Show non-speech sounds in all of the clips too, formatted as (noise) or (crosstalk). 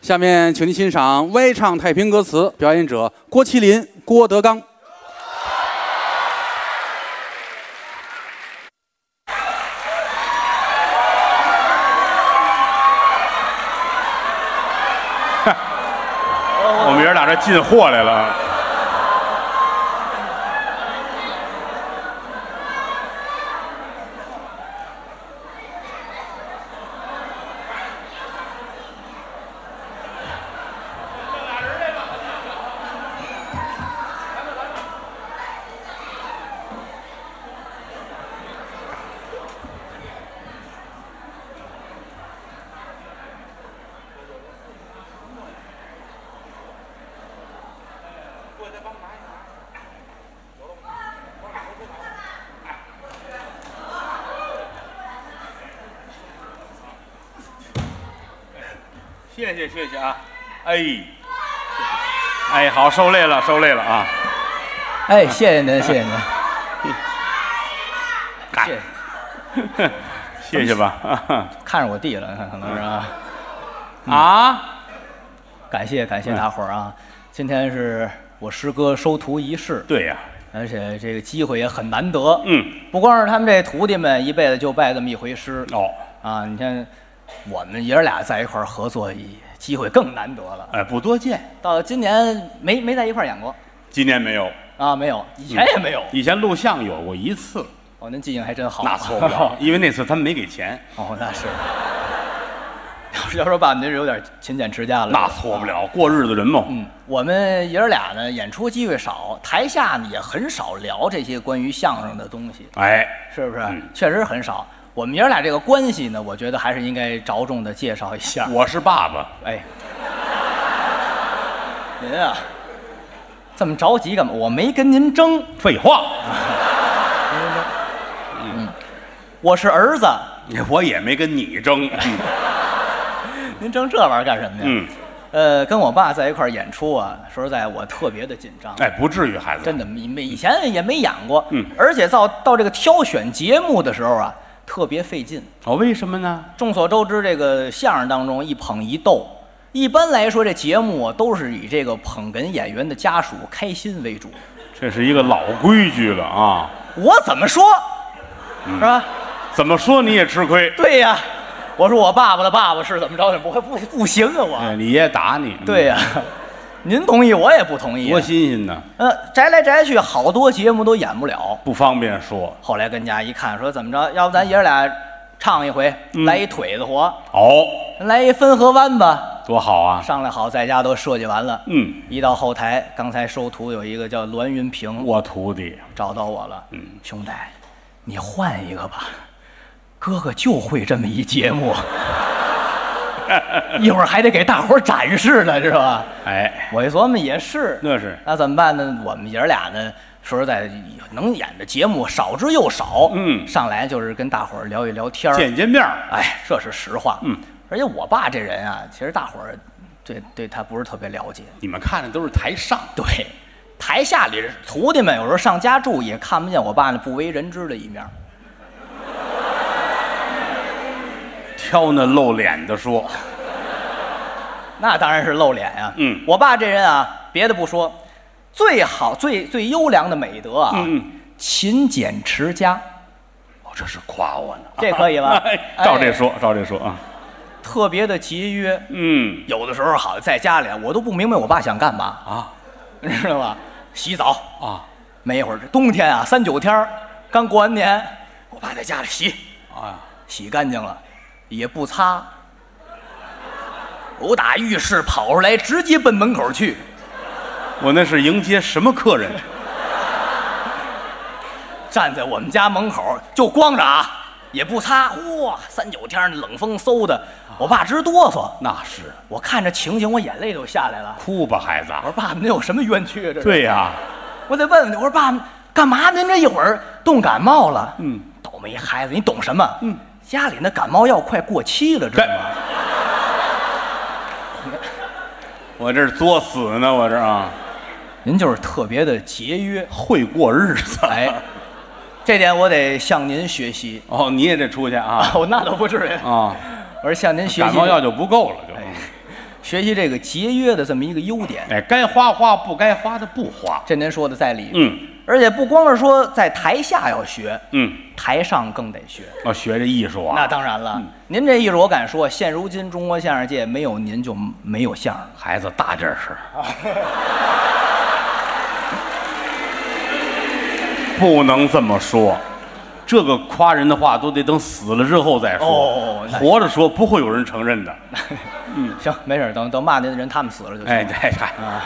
下面，请您欣赏歪唱太平歌词，表演者郭麒麟、郭德纲。我们爷儿打这进货来了。谢谢谢谢啊，哎，哎，好，受累了，受累了啊。 (laughs) 哎，谢谢您，谢谢 (laughs) 您。嗨谢，谢谢吧。 (laughs) 看上我弟了，可能是啊。啊，嗯感谢感谢大伙儿啊！今天是我师哥收徒仪式，对呀，而且这个机会也很难得。嗯，不光是他们这徒弟们一辈子就拜这么一回师哦，啊，你看我们爷儿俩在一块儿合作，机会更难得了。哎，不多见，到今年没没在一块儿演过今年没有，啊，没有，以前也没有。以前录像有过一次，哦，您记性还真好，那错不了， (laughs) 因为那次他们没给钱，哦，那是。 (laughs) 要说爸，您是有点勤俭持家了。那错不了，过日子人嘛。嗯，我们爷儿俩呢，演出机会少，台下呢也很少聊这些关于相声的东西，哎，是不是？嗯确实很少。我们爷儿俩这个关系呢，我觉得还是应该着重的介绍一下。我是爸爸，哎，您啊，这么着急干嘛？我没跟您争，废话，我是儿子，我也没跟你 (laughs) 争。您争这玩意儿干什么呀？嗯，呃，跟我爸在一块儿演出啊，说实在，我特别的紧张。哎，不至于，孩子，真的没没以前也没演过，嗯而且到到这个挑选节目的时候啊，特别费劲。哦，为什么呢？众所周知，这个相声当中一捧一逗，一般来说这节目啊都是以这个捧哏演员的家属开心为主。这是一个老规矩了啊，我怎么说，嗯是吧？怎么说你也吃亏。对呀、我说我爸爸的爸爸是怎么着的，不会不不行啊我。哎，你爷打你。嗯对呀、您同意我也不同意多。新鲜呢，呃，摘来摘去，好多节目都演不了。不方便说。后来跟家一看，说怎么着，要不咱爷儿俩唱一回，嗯来一腿子活，哦，来一分河湾吧。多好啊！上来好，在家都设计完了。嗯，一到后台，刚才收徒有一个叫栾云平，我徒弟，找到我了。嗯，兄弟，你换一个吧，哥哥就会这么一 (laughs) 节目，一会儿还得给大伙儿展示呢，是吧？哎，我一琢磨也是，那是那怎么办呢？我们爷儿俩呢，说实在，能演的节目少之又少。嗯上来就是跟大伙儿聊一聊天儿。见见面儿哎，这是实话。嗯，而且我爸这人啊，其实大伙儿对对他不是特别了解。你们看的都是台上，对，台下里徒弟们有时候上家住也看不见我爸那不为人知的一面儿。挑那露脸的说，那当然是露脸呀、嗯我爸这人啊，别的不说，最好最最优良的美德啊，嗯嗯勤俭持家，哦，这是夸我呢，这可以吧 (laughs) 哎照这哎说，照这说啊，特别的节约。嗯有的时候好在家里，啊我都不明白我爸想干嘛，啊你知道吧？洗澡，啊没一会儿，这冬天啊，三九天儿刚过完年，我爸在家里洗，啊，洗干净了，也不擦，我打浴室跑出来，直接奔门口去。我那是迎接什么客人？站在我们家门口就光着啊，也不擦，哇，三九天儿那冷风嗖的，啊我爸直哆嗦。那是我看着情景，我眼泪都下来了。哭吧，孩子。我说爸，您有什么冤屈啊？这是对呀，我得问问你，我说爸，干嘛您这一会儿冻感冒了？嗯，倒霉孩子，你懂什么？嗯，家里那感冒药快过期了，知道对吗？， (laughs) 我这是作死呢，我这啊，您就是特别的节约，会过日子。哎，这点我得向您学习。哦，你也得出去啊哦，那倒不至于。啊，我说向您学习，感冒药就不够了，就。学习这个节约的这么一个优点。哎，该花花，不该花的不花。这您说的在理。嗯而且不光是说在台下要学，嗯，台上更得学。我哦学这艺术那啊，当然了，您这艺术，我敢说，现如今中国相声界没有您就没有相声了。孩子大点声。啊不能这么说，这个夸人的话都得等死了之后再说。哦那活着说不会有人承认的。行，没事儿，等等骂您的人他们死了就行。哎，对，嗨啊，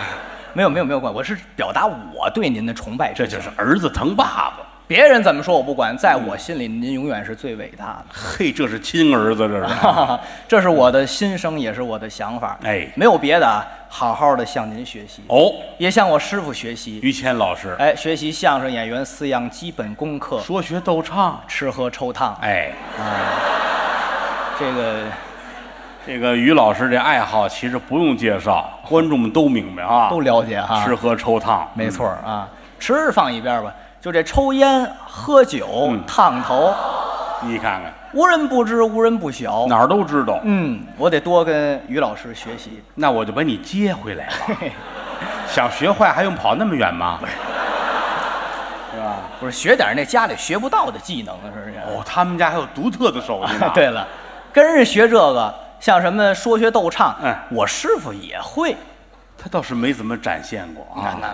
没有没有没有关系，我是表达我对您的崇拜之这情。就是儿子疼爸爸。别人怎么说我不管，在我心里您永远是最伟大嘿，这是亲儿子， (laughs) 这是。的。这是我的心声，也是我的想法。嗯哎没有别的啊，好好的向您学习，哦，也向我师傅学习。于谦老师哎，学习相声演员四样基本功课：说学逗唱，吃喝抽烫。哎，这个这个于老师这爱好其实不用介绍，观众们都明白啊，都了解哈。吃喝抽烫，没错儿啊，吃放一边儿吧，就这抽烟、喝酒、嗯烫头，你看看无人不知，无人不晓。哪儿都知道。嗯，我得多跟于老师学习。那我就把你接回来吧。想学坏还用跑那么远 (laughs) 吗？不是学点儿那家里学不到的技能，是不是？ (laughs)。哦，他们家还有独特的手艺呢对了，跟人家学这个，像什么说学逗唱，嗯我师傅也会。他倒是没怎么展现过那啊。那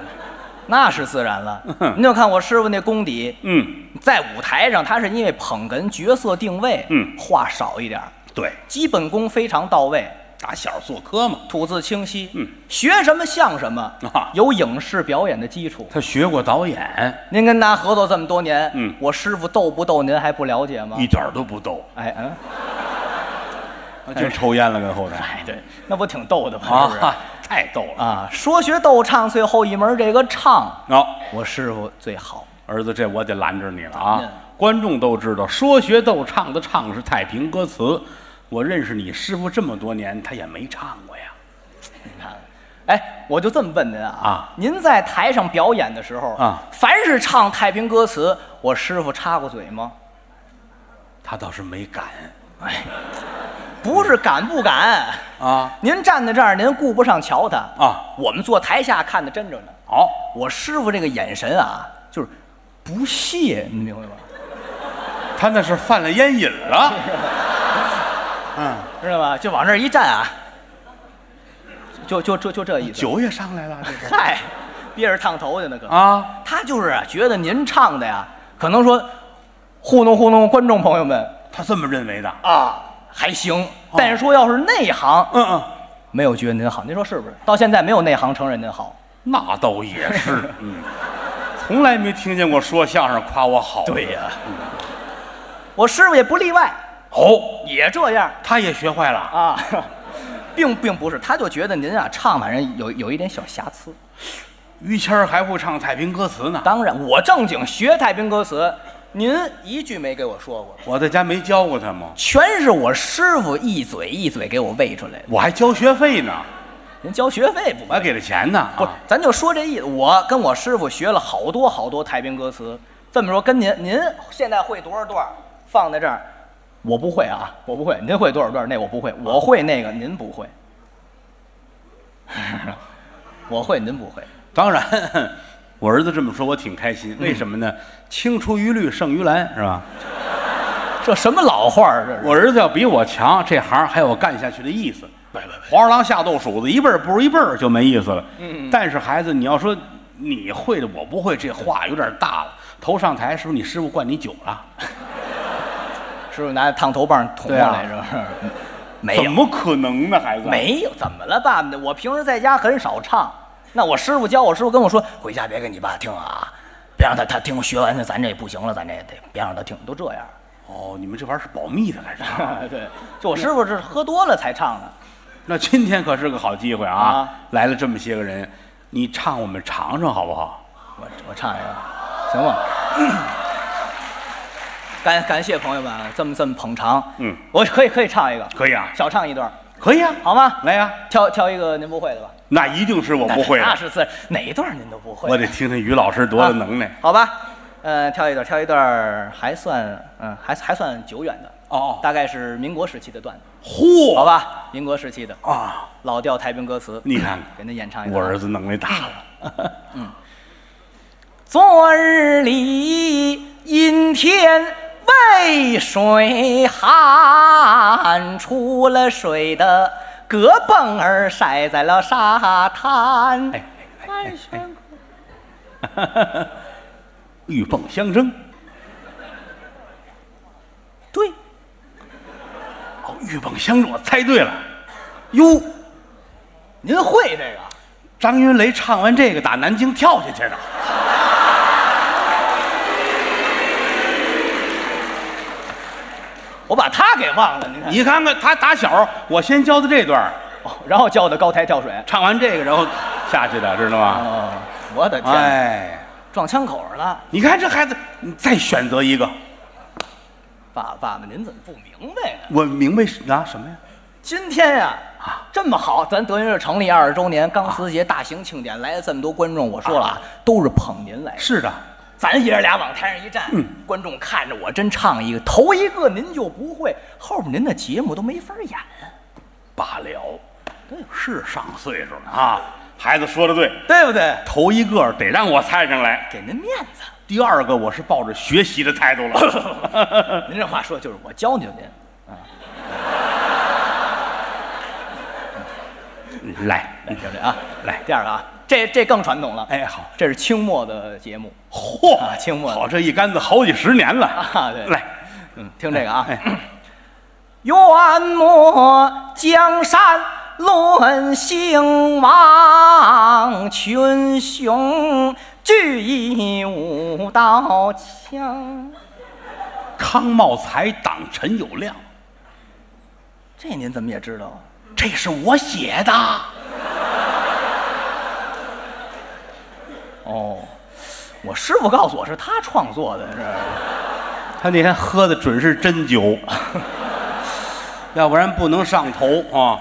那是自然了。你就看我师傅那功底，嗯，在舞台上他是因为捧哏角色定位，嗯话少一点儿，对，基本功非常到位，打小做科嘛，吐字清晰，嗯，学什么像什么，啊有影视表演的基础。他学过导演，您跟他合作这么多年，嗯我师傅逗不逗您还不了解吗？一点儿都不逗，哎嗯，净抽烟了，跟后台。哎对，那不挺逗的吗？是不是啊，太逗了！啊，说学逗唱最后一门这个唱，哦，我师傅最好。儿子，这我得拦着你了嗯啊！观众都知道，说学逗唱的唱是太平歌词，我认识你师傅这么多年，他也没唱过呀。你看，哎，我就这么问您啊，啊您在台上表演的时候啊凡是唱太平歌词，我师傅插过嘴吗？他倒是没敢不是敢不敢，啊您站在这儿，您顾不上瞧他啊！我们坐台下看的真着呢。好，我师傅这个眼神啊，就是不屑，你明白吗？他那是犯了烟瘾 (laughs) 了。知道吧？就往那儿一站啊，就就就就这意思。酒也上来了，这是嗨，憋着烫头去那个。啊！他就是啊，觉得您唱的呀，可能说糊弄糊弄观众朋友们他这么认为的。啊，还行。但是说要是内行，嗯嗯，没有觉得您好，您说是不是？到现在没有内行承认您好。那倒也 (laughs) 是。嗯，从来没听见过说相声夸我好。对呀、嗯我师傅也不例外，哦，也这样他也学坏了。啊， (laughs) 并并不是，他就觉得您啊唱反正有有一点小瑕疵。于谦儿还会唱太平歌词呢。当然，我正经学太平歌词，您一句没给我说过，我在家没教过他吗？全是我师傅一嘴一嘴给我喂出来的。我还交学费呢，您交学费不我还给了钱呢。不是啊，咱就说这意思。我跟我师傅学了好多好多太平歌词。这么说，跟您您现在会多少段儿？放在这儿，我不会啊，我不会。您会多少段儿？那我不会，我会那个，您不会。 (laughs) 我会，您不会。当然， (laughs) 我儿子这么说，我挺开心。为什么呢？青出于绿胜于蓝，是吧？这什么老话儿？啊这是我儿子要比我强，这行还有干下去的意思。黄鼠狼下豆鼠子，一辈儿不如一辈儿，就没意思了。嗯但是孩子，你要说你会的我不会，这话有点大了。头上台，是不是你师傅灌你酒了？师傅拿烫头棒捅过对啊来，是不是？没怎有，么可能呢，孩子？，没有，怎么了，爸爸呢？我平时在家很少唱，那我师傅教我，师傅跟我说，回家别给你爸听啊，别让他他听学完了，咱这不行了，咱这得别让他听，都这样。哦，你们这玩意儿是保密的还是？ (laughs) 对，就我师傅是喝多了才唱的，那今天可是个好机会啊！啊来了这么些个人，你唱我们尝尝好不好？我我唱一个，行吗？ (coughs) 感感谢朋友们啊，这么这么捧场，嗯，我可以可以唱一个，可以啊，小唱一段，可以啊，好吗？来呀、挑挑一个您不会的吧？那一定是我不会那的，是自然，哪一段您都不会。我得听听于老师多大啊能耐。好吧，呃，挑一段，挑一段还算，嗯，还还算久远的，哦，大概是民国时期的段子，好嚯吧？民国时期的啊！老调台宾歌词，你看看，给您演唱一我段。儿子能耐大了，昨日里阴天渭水寒，出了水的隔蹦儿晒在了沙滩。哎哎哎哎 (laughs) 哎，鹬蚌相争，对，哦，鹬蚌相争，我猜对了。哟，您会这个？张云雷唱完这个，打南京跳下去了。我把他给忘了，您看。你看看他打小，我先教的这段儿，哦然后教的高台跳水。唱完这个，然后下去的，知道吗？哦，我的天，哎，撞枪口上了。你看这孩子，你再选择一个，爸爸爸，您怎么不明白呢？我明白是啊什么呀？今天呀、这么好，咱德云社成立二十周年，钢丝节大型庆典来了这么多观众，我说了啊，都是捧您来的。是的，咱爷儿俩往台上一站，观众看着我真唱一个，头一个您就不会，后面您的节目都没法演。罢了，是上岁数了啊。孩子说的对，对不对？头一个得让我猜上来，给您面子。第二个我是抱着学习的态度 (laughs) 了。您这话说就是我教教您。来，你听这啊，来第二个啊，这这更传统了。哎好，这是清末的节目，嚯啊，清末的好这一杆子好几十年啊了。对来，嗯，听这个啊。元末江山论兴亡，群雄聚义舞刀枪。康茂才党陈友谅，这您怎么也知道啊？这是我写的。哦，我师傅告诉我是他创作的，是他那天喝的准是真酒， (laughs) 要不然不能上头啊。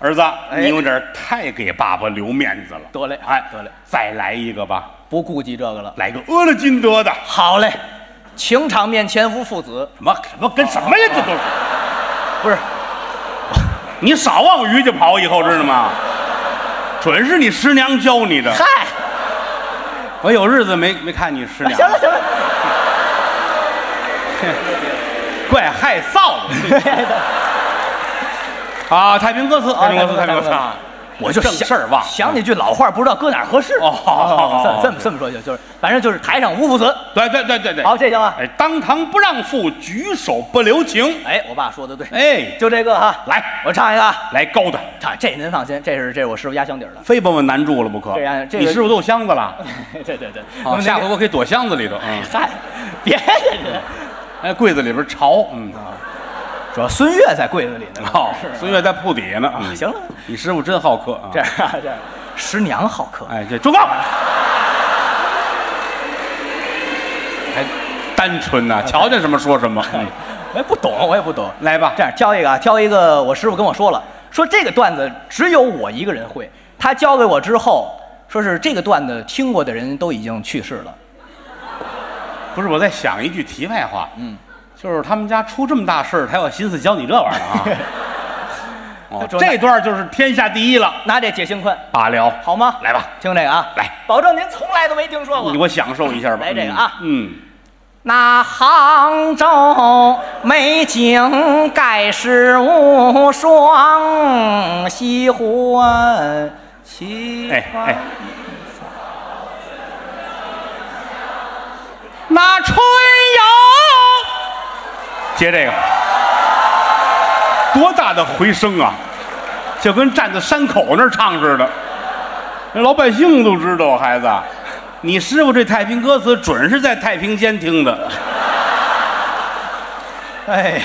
儿子，你有点太给爸爸留面子了。哎得嘞哎，得嘞，再来一个吧，不顾及这个了。来个俄勒金德的。好嘞，情场面前无父子，什么什么跟什么呀？这都是，不是你少往我于家跑，以后知道吗？准是你师娘教你的。嗨。我有日子没没看你师娘，行了行了，怪害臊 (laughs) 的。啊，太平歌词，太平歌词，太平歌词啊！我就正想事儿忘 (laughs) 想起句老话，不知道搁哪儿合适。哦好好好好这么这么说就就是，反正就是台上无父子。对对对对对，好，这行啊。哎，当堂不让父，举手不留情。哎，我爸说的对，哎，就这个哈。来我唱一个啊，来高的，唱这您放心，这是这是我师傅压箱底儿 (laughs) 的。非把我难住了不可。这样这个你师傅都有箱子了，对对对，啊，下回回我可以躲箱子里头。嗯，嗨，别介别，哎，柜子里边潮。嗯，主要孙越在柜子里呢。好是，孙越在铺底下呢。嗯行了，你师傅真好客啊。这样啊这样，师娘好客。哎，这住口！还哎单纯 (laughs) 呐、瞧见什么说什么。嗯我也不懂，我也不懂。来吧这，样挑一个啊，挑一个。我师傅跟我说了，说这个段子只有我一个人会。他教给我之后，说是这个段子听过的人都已经去世了。不是我在想一句题外话，嗯，就是他们家出这么大事儿，还有心思教你这玩意 (laughs) 儿啊？哦，这这段就是天下第一了。拿这解心宽，罢了，好吗？来吧，听这个啊，来，保证您从来都没听说过你给。我享受一下吧。来这个啊嗯，那杭州美景盖世无双，西湖岸奇哎花哎嗯那春游，接这个，多大的回声啊！就跟站在山口那儿唱似的，那老百姓都知道。孩子，你师傅这太平歌词准是在太平间听的。哎，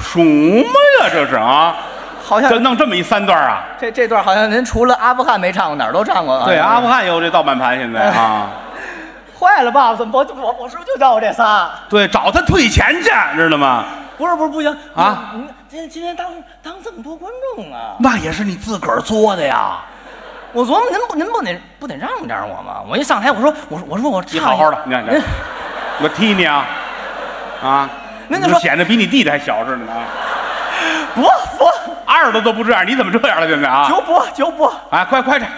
什么呀？这是啊，好像这弄这么一三段啊？这这段好像您除了阿富汗没唱过，哪儿都唱过啊。哎对，阿富汗有这盗版盘现在啊。坏了，爸爸，怎么我我我师傅就找我这仨？对，找他退钱去，知道吗？不是不是不行啊！你你今今天当当这么多观众啊！那也是你自个儿作的呀。我琢磨您不您不得不得让点我吗？我一上台我说我说我说我唱你一好好的，你看，你看您，我踢你啊，啊！您就说显得比你弟弟还小似的呢。不不二的都不这样，你怎么这样了？现在啊，九不九不，啊，快快点，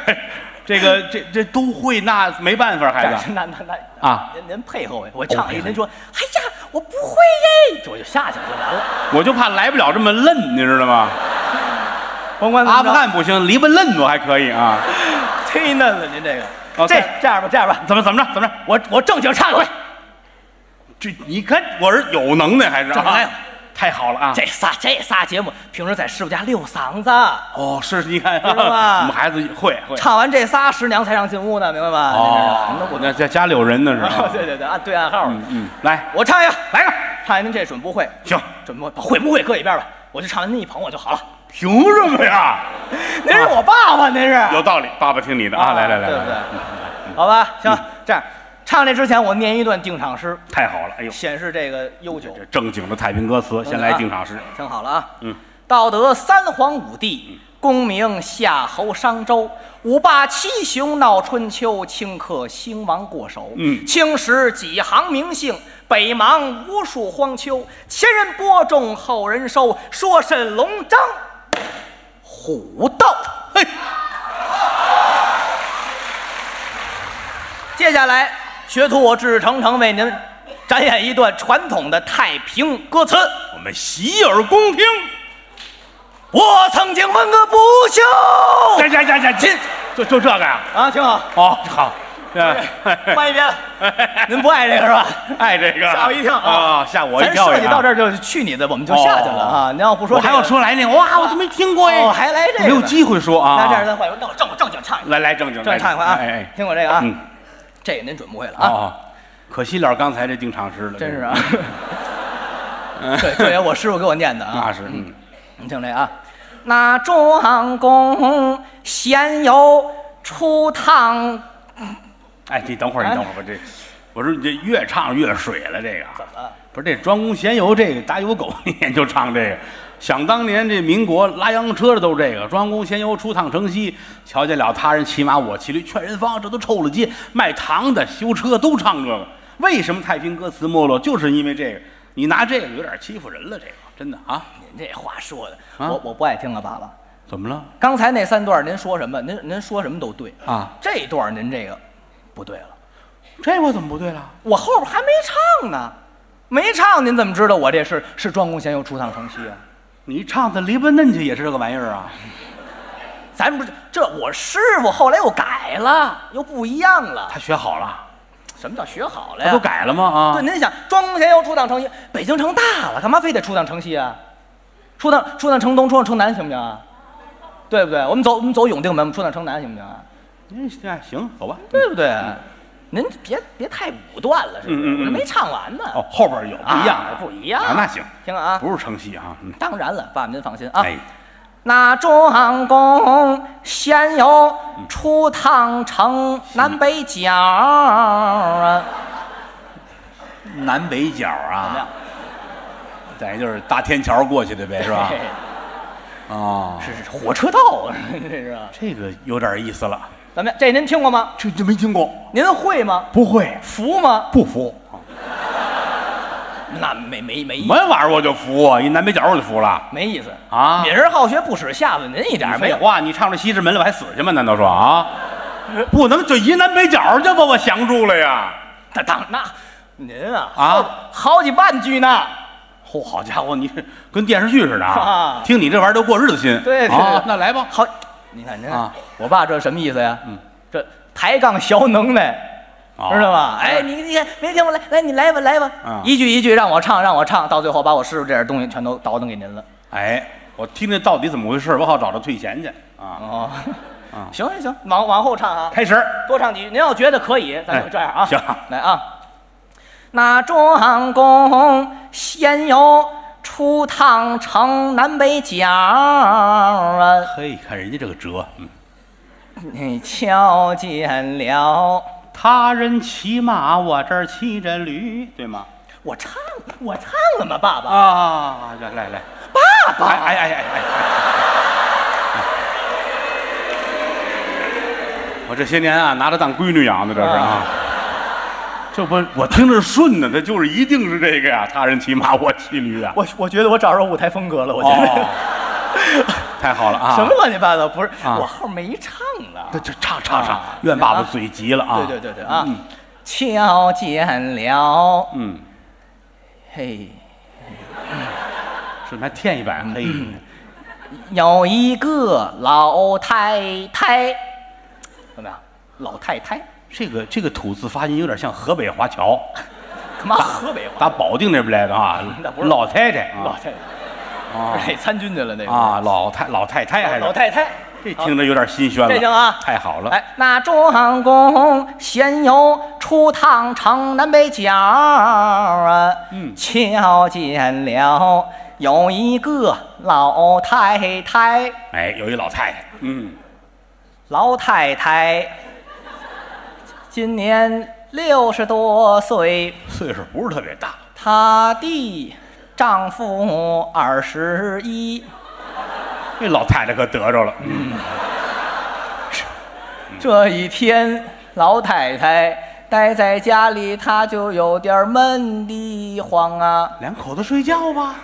这个这这都会，那没办法，孩子哎那那那啊，您您配合我，我我唱配一，合您说，哎呀，我不会耶，就我就下去了，就完了。我就怕来不了这么嫩，你知道 (laughs) 吗？甭管怎阿么富着，汗不行，黎巴嫩我还可以啊。忒嫩了，您这哦个。这再这样吧，这样吧，怎么怎么着怎么着？我我正经唱一回，这你看我是有能耐还是这啊还有？太好了啊！这仨这仨节目，平时在师傅家溜嗓子，哦，是你看，道吧我们孩子会会唱完这仨，师娘才让进屋呢，明白吧？您这哦，那家家里有人 (laughs) 呢是 (laughs) 是啊吧？对对对，按对暗号呢。嗯，来我唱一个，来个，唱一您这准不会，行，准不会不会搁一边吧，我就唱您一捧我就好了。凭什么呀？您是我爸爸，您是有道理，爸爸听你的啊！来来来嗯对不来，对？好吧，行，这样唱这之前，我念一段定场诗，太好了，哎呦，显示这个悠久这。正经的太平歌词，先来定场诗。听好了啊，嗯，道德三皇五帝，功名夏侯商周，五霸七雄闹春秋，顷刻兴亡过手。嗯青史几行名姓，北邙无数荒丘。前人播种，后人收，说甚龙争虎斗？嘿，接下来，学徒我志诚诚为您展演一段传统的太平歌词。我们洗耳恭听。我曾经问个不休。呀呀呀呀！这就就这个呀？啊，挺好，哦，好，哎换一遍了。您不爱这个是吧？爱这个，吓我一跳啊！吓哎 (laughs) 我一咱跳！设计到这儿就去你的，我们就下去了啊！您要不说我这还个，要说来那哇，我都没听过哦，呀，还来这个，没有机会说啊。那这样咱换一回，那我正正经唱一回，来来正经，正经唱一回啊！嗯哎哎，听我这个啊，嗯，这个您准不会了啊，哦，可惜了刚才这定场诗了，真是啊。 (laughs) 这这也我师傅给我念的啊，那是嗯，你听这啊，那庄公闲游出趟，哎，你等会儿，你等会儿，我这，我说你这越唱越水了，这个怎了不是这专攻闲游这个打有狗那年就唱这个，想当年这民国拉洋车的都是这个，专攻闲游出趟城西，瞧见了他人骑马我骑驴，劝人方这都臭了街，卖糖的修车都唱这个，为什么太平歌词没落？就是因为这个，你拿这个有点欺负人了，这个真的啊，您这话说的，啊我我不爱听了，爸爸。怎么了刚才那三段您说什么？您您说什么都对，啊？这段您这个不对了，这我怎么不对了？我后边还没唱呢，没唱您怎么知道我这是是庄公闲游出趟城西啊？你唱的黎巴嫩去也是这个玩意儿啊？咱不是这我师傅后来又改了，又不一样了他。学好了，什么叫学好他了哎呀？都改了吗？啊，对，您想庄公闲游出趟城西，北京城大了，干嘛非得出趟城西啊？出趟出趟城东，出趟城南行不行啊？对不对？我们走我们走永定门，我们出趟城南行不行啊？嗯，哎行，走吧。对不对？您别别太武断了，是不嗯是？嗯嗯我这没唱完呢。哦，后边有不一样的，啊不一样啊那行，听啊，不是城西啊。嗯，当然了，爸，您放心啊。哎，那庄公闲游出趟城南北角啊，南北角怎么样啊，？ (laughs) 等于就是搭天桥过去的 (laughs) 呗，是 (laughs) 吧？哦，是是火车道啊，这是。这个有点意思了，怎么样？这您听过吗？这这没听过，您会吗？不会，服吗？不服，那没没没什么玩意儿我就服啊，一南北角我就服了。没意思啊敏儿好学不耻下问，您一点儿没废有。话，你唱这西直门了，我还死去吗？难道说啊，不能就一南北角就把我降住了呀？那当那，您啊啊好好几万句呢。嚯，好家伙，你是跟电视剧似的啊啊！听你这玩意儿都过日子心。对对对啊，那来吧。好，你看您啊，我爸这什么意思呀？嗯，这抬杠小能耐，哦知道吧？哎，你你看没听过来来，你来吧来吧嗯，一句一句让我唱让我唱，到最后把我师傅这点东西全都倒腾给您了。哎，我听听到底怎么回事，我好找他退钱去啊！哦啊， (laughs) 行行行，往往后唱啊，开始，多唱几句。您要觉得可以，咱哎就这样啊。行来啊。那庄公闲游出趟城南北角啊，嘿，看人家这个折，嗯，你瞧见了。他人骑马，我这儿骑着驴，对吗？我唱，我唱了吗，爸爸？啊，来来来，爸爸，哎哎哎哎哎 (laughs) 哎！啊我这些年啊，拿她当闺女养的，这是啊。这不我听着顺呢，他就是一定是这个呀，他人骑马我骑驴啊，我我觉得我找着舞台风格了，我觉得、哦 (laughs) 太好了啊！什么？乱七八糟，不是、啊我后没唱呢。这这唱唱唱啊，怨爸爸嘴急了啊！对对对对啊，瞧见了，嗯，嘿，顺便添一百，嗯嘿，有一个老太太，怎么样？老太太，这个这个吐字发音有点像河北华侨，他妈河北话，打保定那边来的啊 (laughs) 那，不是老太太啊老太啊太，参军去了那个哎啊，老太老太太还是老太太，这听着有点心酸了，这行啊太好了，哎，那庄公闲游出趟城南北角啊，嗯瞧见了有一个老太太，哎，有一老太太，嗯，老太太今年六十多岁，岁数不是特别大，她的丈夫二十一，这老太太可得着了，嗯这一天，老太太待在家里，她就有点闷得慌啊。两口子睡觉吧，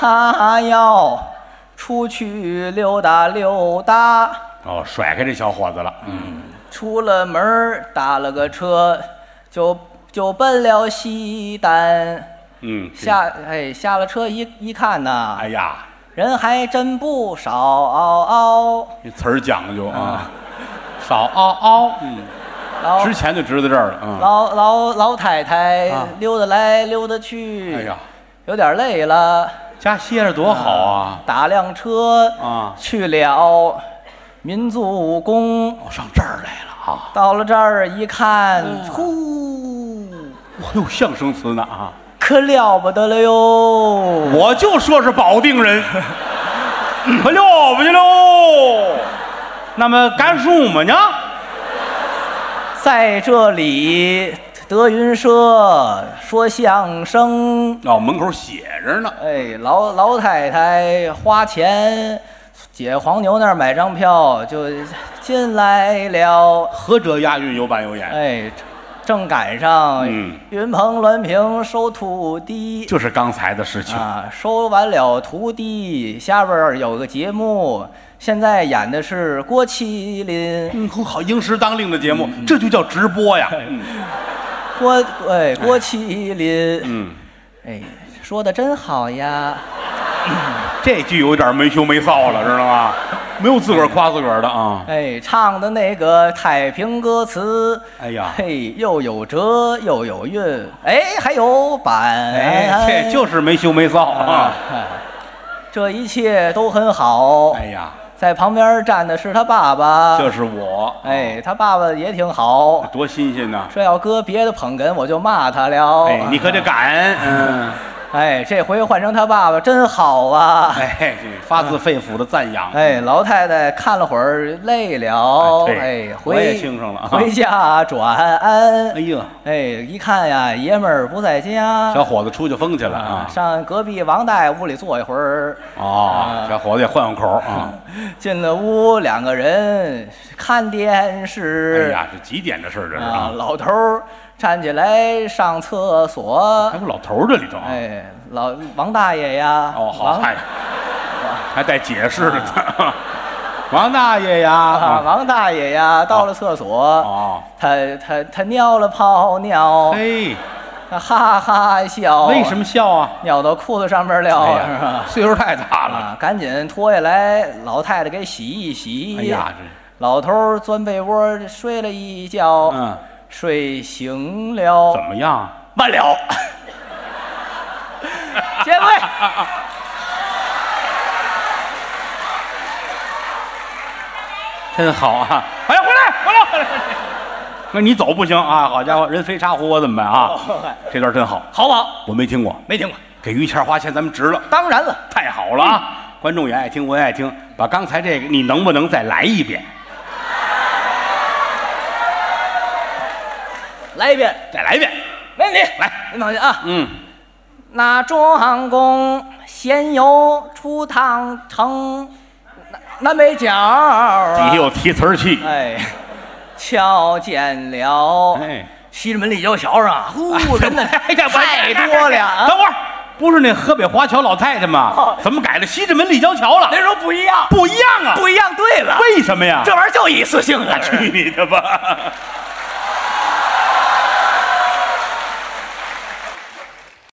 她要出去溜达溜达，哦，甩开这小伙子了，嗯，出了门儿打了个车，就就奔了西单。嗯，这下哎，下了车一一看呐哎，呀，人还真不少。哦这词儿讲究啊，嗯少嗷嗷，嗯，老值钱就值在这儿了，嗯，老老老太太啊溜达来溜达去，哎呀，有点累了。家歇着多好啊，打辆车啊去了民族宫，我哦上这儿来了啊，到了这儿一看，嗯呼，我有象哎声词呢啊，可了不得了哟！我就说是保定人， (laughs) 可了不起喽，那么干什么呢？在这里，德云社说相声，哦，门口写着呢，哎，老老太太花钱。姐黄牛那儿买张票就进来了，何辙押韵有板有眼，哎，正赶上嗯云鹏、栾平收徒弟，就是刚才的事情。啊，收完了徒弟，下边儿有个节目，现在演的是郭麒麟，嗯，好，应时当令的节目，这就叫直播呀。嗯郭哎郭麒麟，嗯，哎，说的真好呀，这句有点没羞没臊了，知道吗？没有自个儿夸自个儿的啊。哎，唱的那个太平歌词，哎呀嘿，又有辙又有韵，哎，还有板，哎，这就是没羞没臊啊啊。，哎这一切都很好，哎呀，在旁边站的是他爸爸，这是我，哎，他爸爸也挺好，多新鲜呐！这要搁别的捧哏，我就骂他了。哎，你可得感 (laughs) 恩，嗯，哎，这回换成他爸爸真好啊！哎，发自肺腑的赞扬。哎，老太太看了会儿累了，哎对哎，我也回轻松了啊 (laughs) 回家转安。哎呦，哎，一看呀，爷们儿不在家小，伙子出去疯去了啊啊！上隔壁王大爷屋里坐一会儿。啊哦，小伙子也换换口儿啊！进了屋，两个人看电哎视。呀，这几点的事儿这是啊啊，？老头儿站起来上厕所 (laughs) 还。有老头儿这里头啊？哎，老王大爷呀，哦，好，王 (laughs) 嗨，还带解释的呢。 (laughs) 王大爷呀，啊，啊王大爷呀，到了厕所，哦，他他他尿了泡尿，嘿，他哈哈笑，为什么笑啊？尿到裤子上面哎了？是呀吧，？岁数太大了。哦啊，赶紧脱下来，老太太给洗一洗。哎呀，，老头儿钻被窝睡了一觉这，嗯，睡醒了，怎么样？办了？结尾。真好啊！哎，回来，回来，回来。那你走不行啊！好家伙，人非插胡我怎么办哦啊嗨？这段真好，好不好？我没听过，没听过。给于谦花钱咱们值了，当然了，太好了啊！观众也爱听，我也爱听。把刚才这个，你能不能再来一遍？来一遍，再来一遍，没问题。来，您放心啊。嗯，那庄公闲游出趟城，南南北角啊你，有提词儿器。哎，瞧见了，哎，西直门立交桥上啊，呼，人呢哎呀我太多了啊！等会儿，不是那河北华侨老太太吗哦？怎么改了西直门立交桥了那？时候不一样，不一样啊！不一样。对了，哎为什么呀？这玩意儿就一次性的，去你的吧！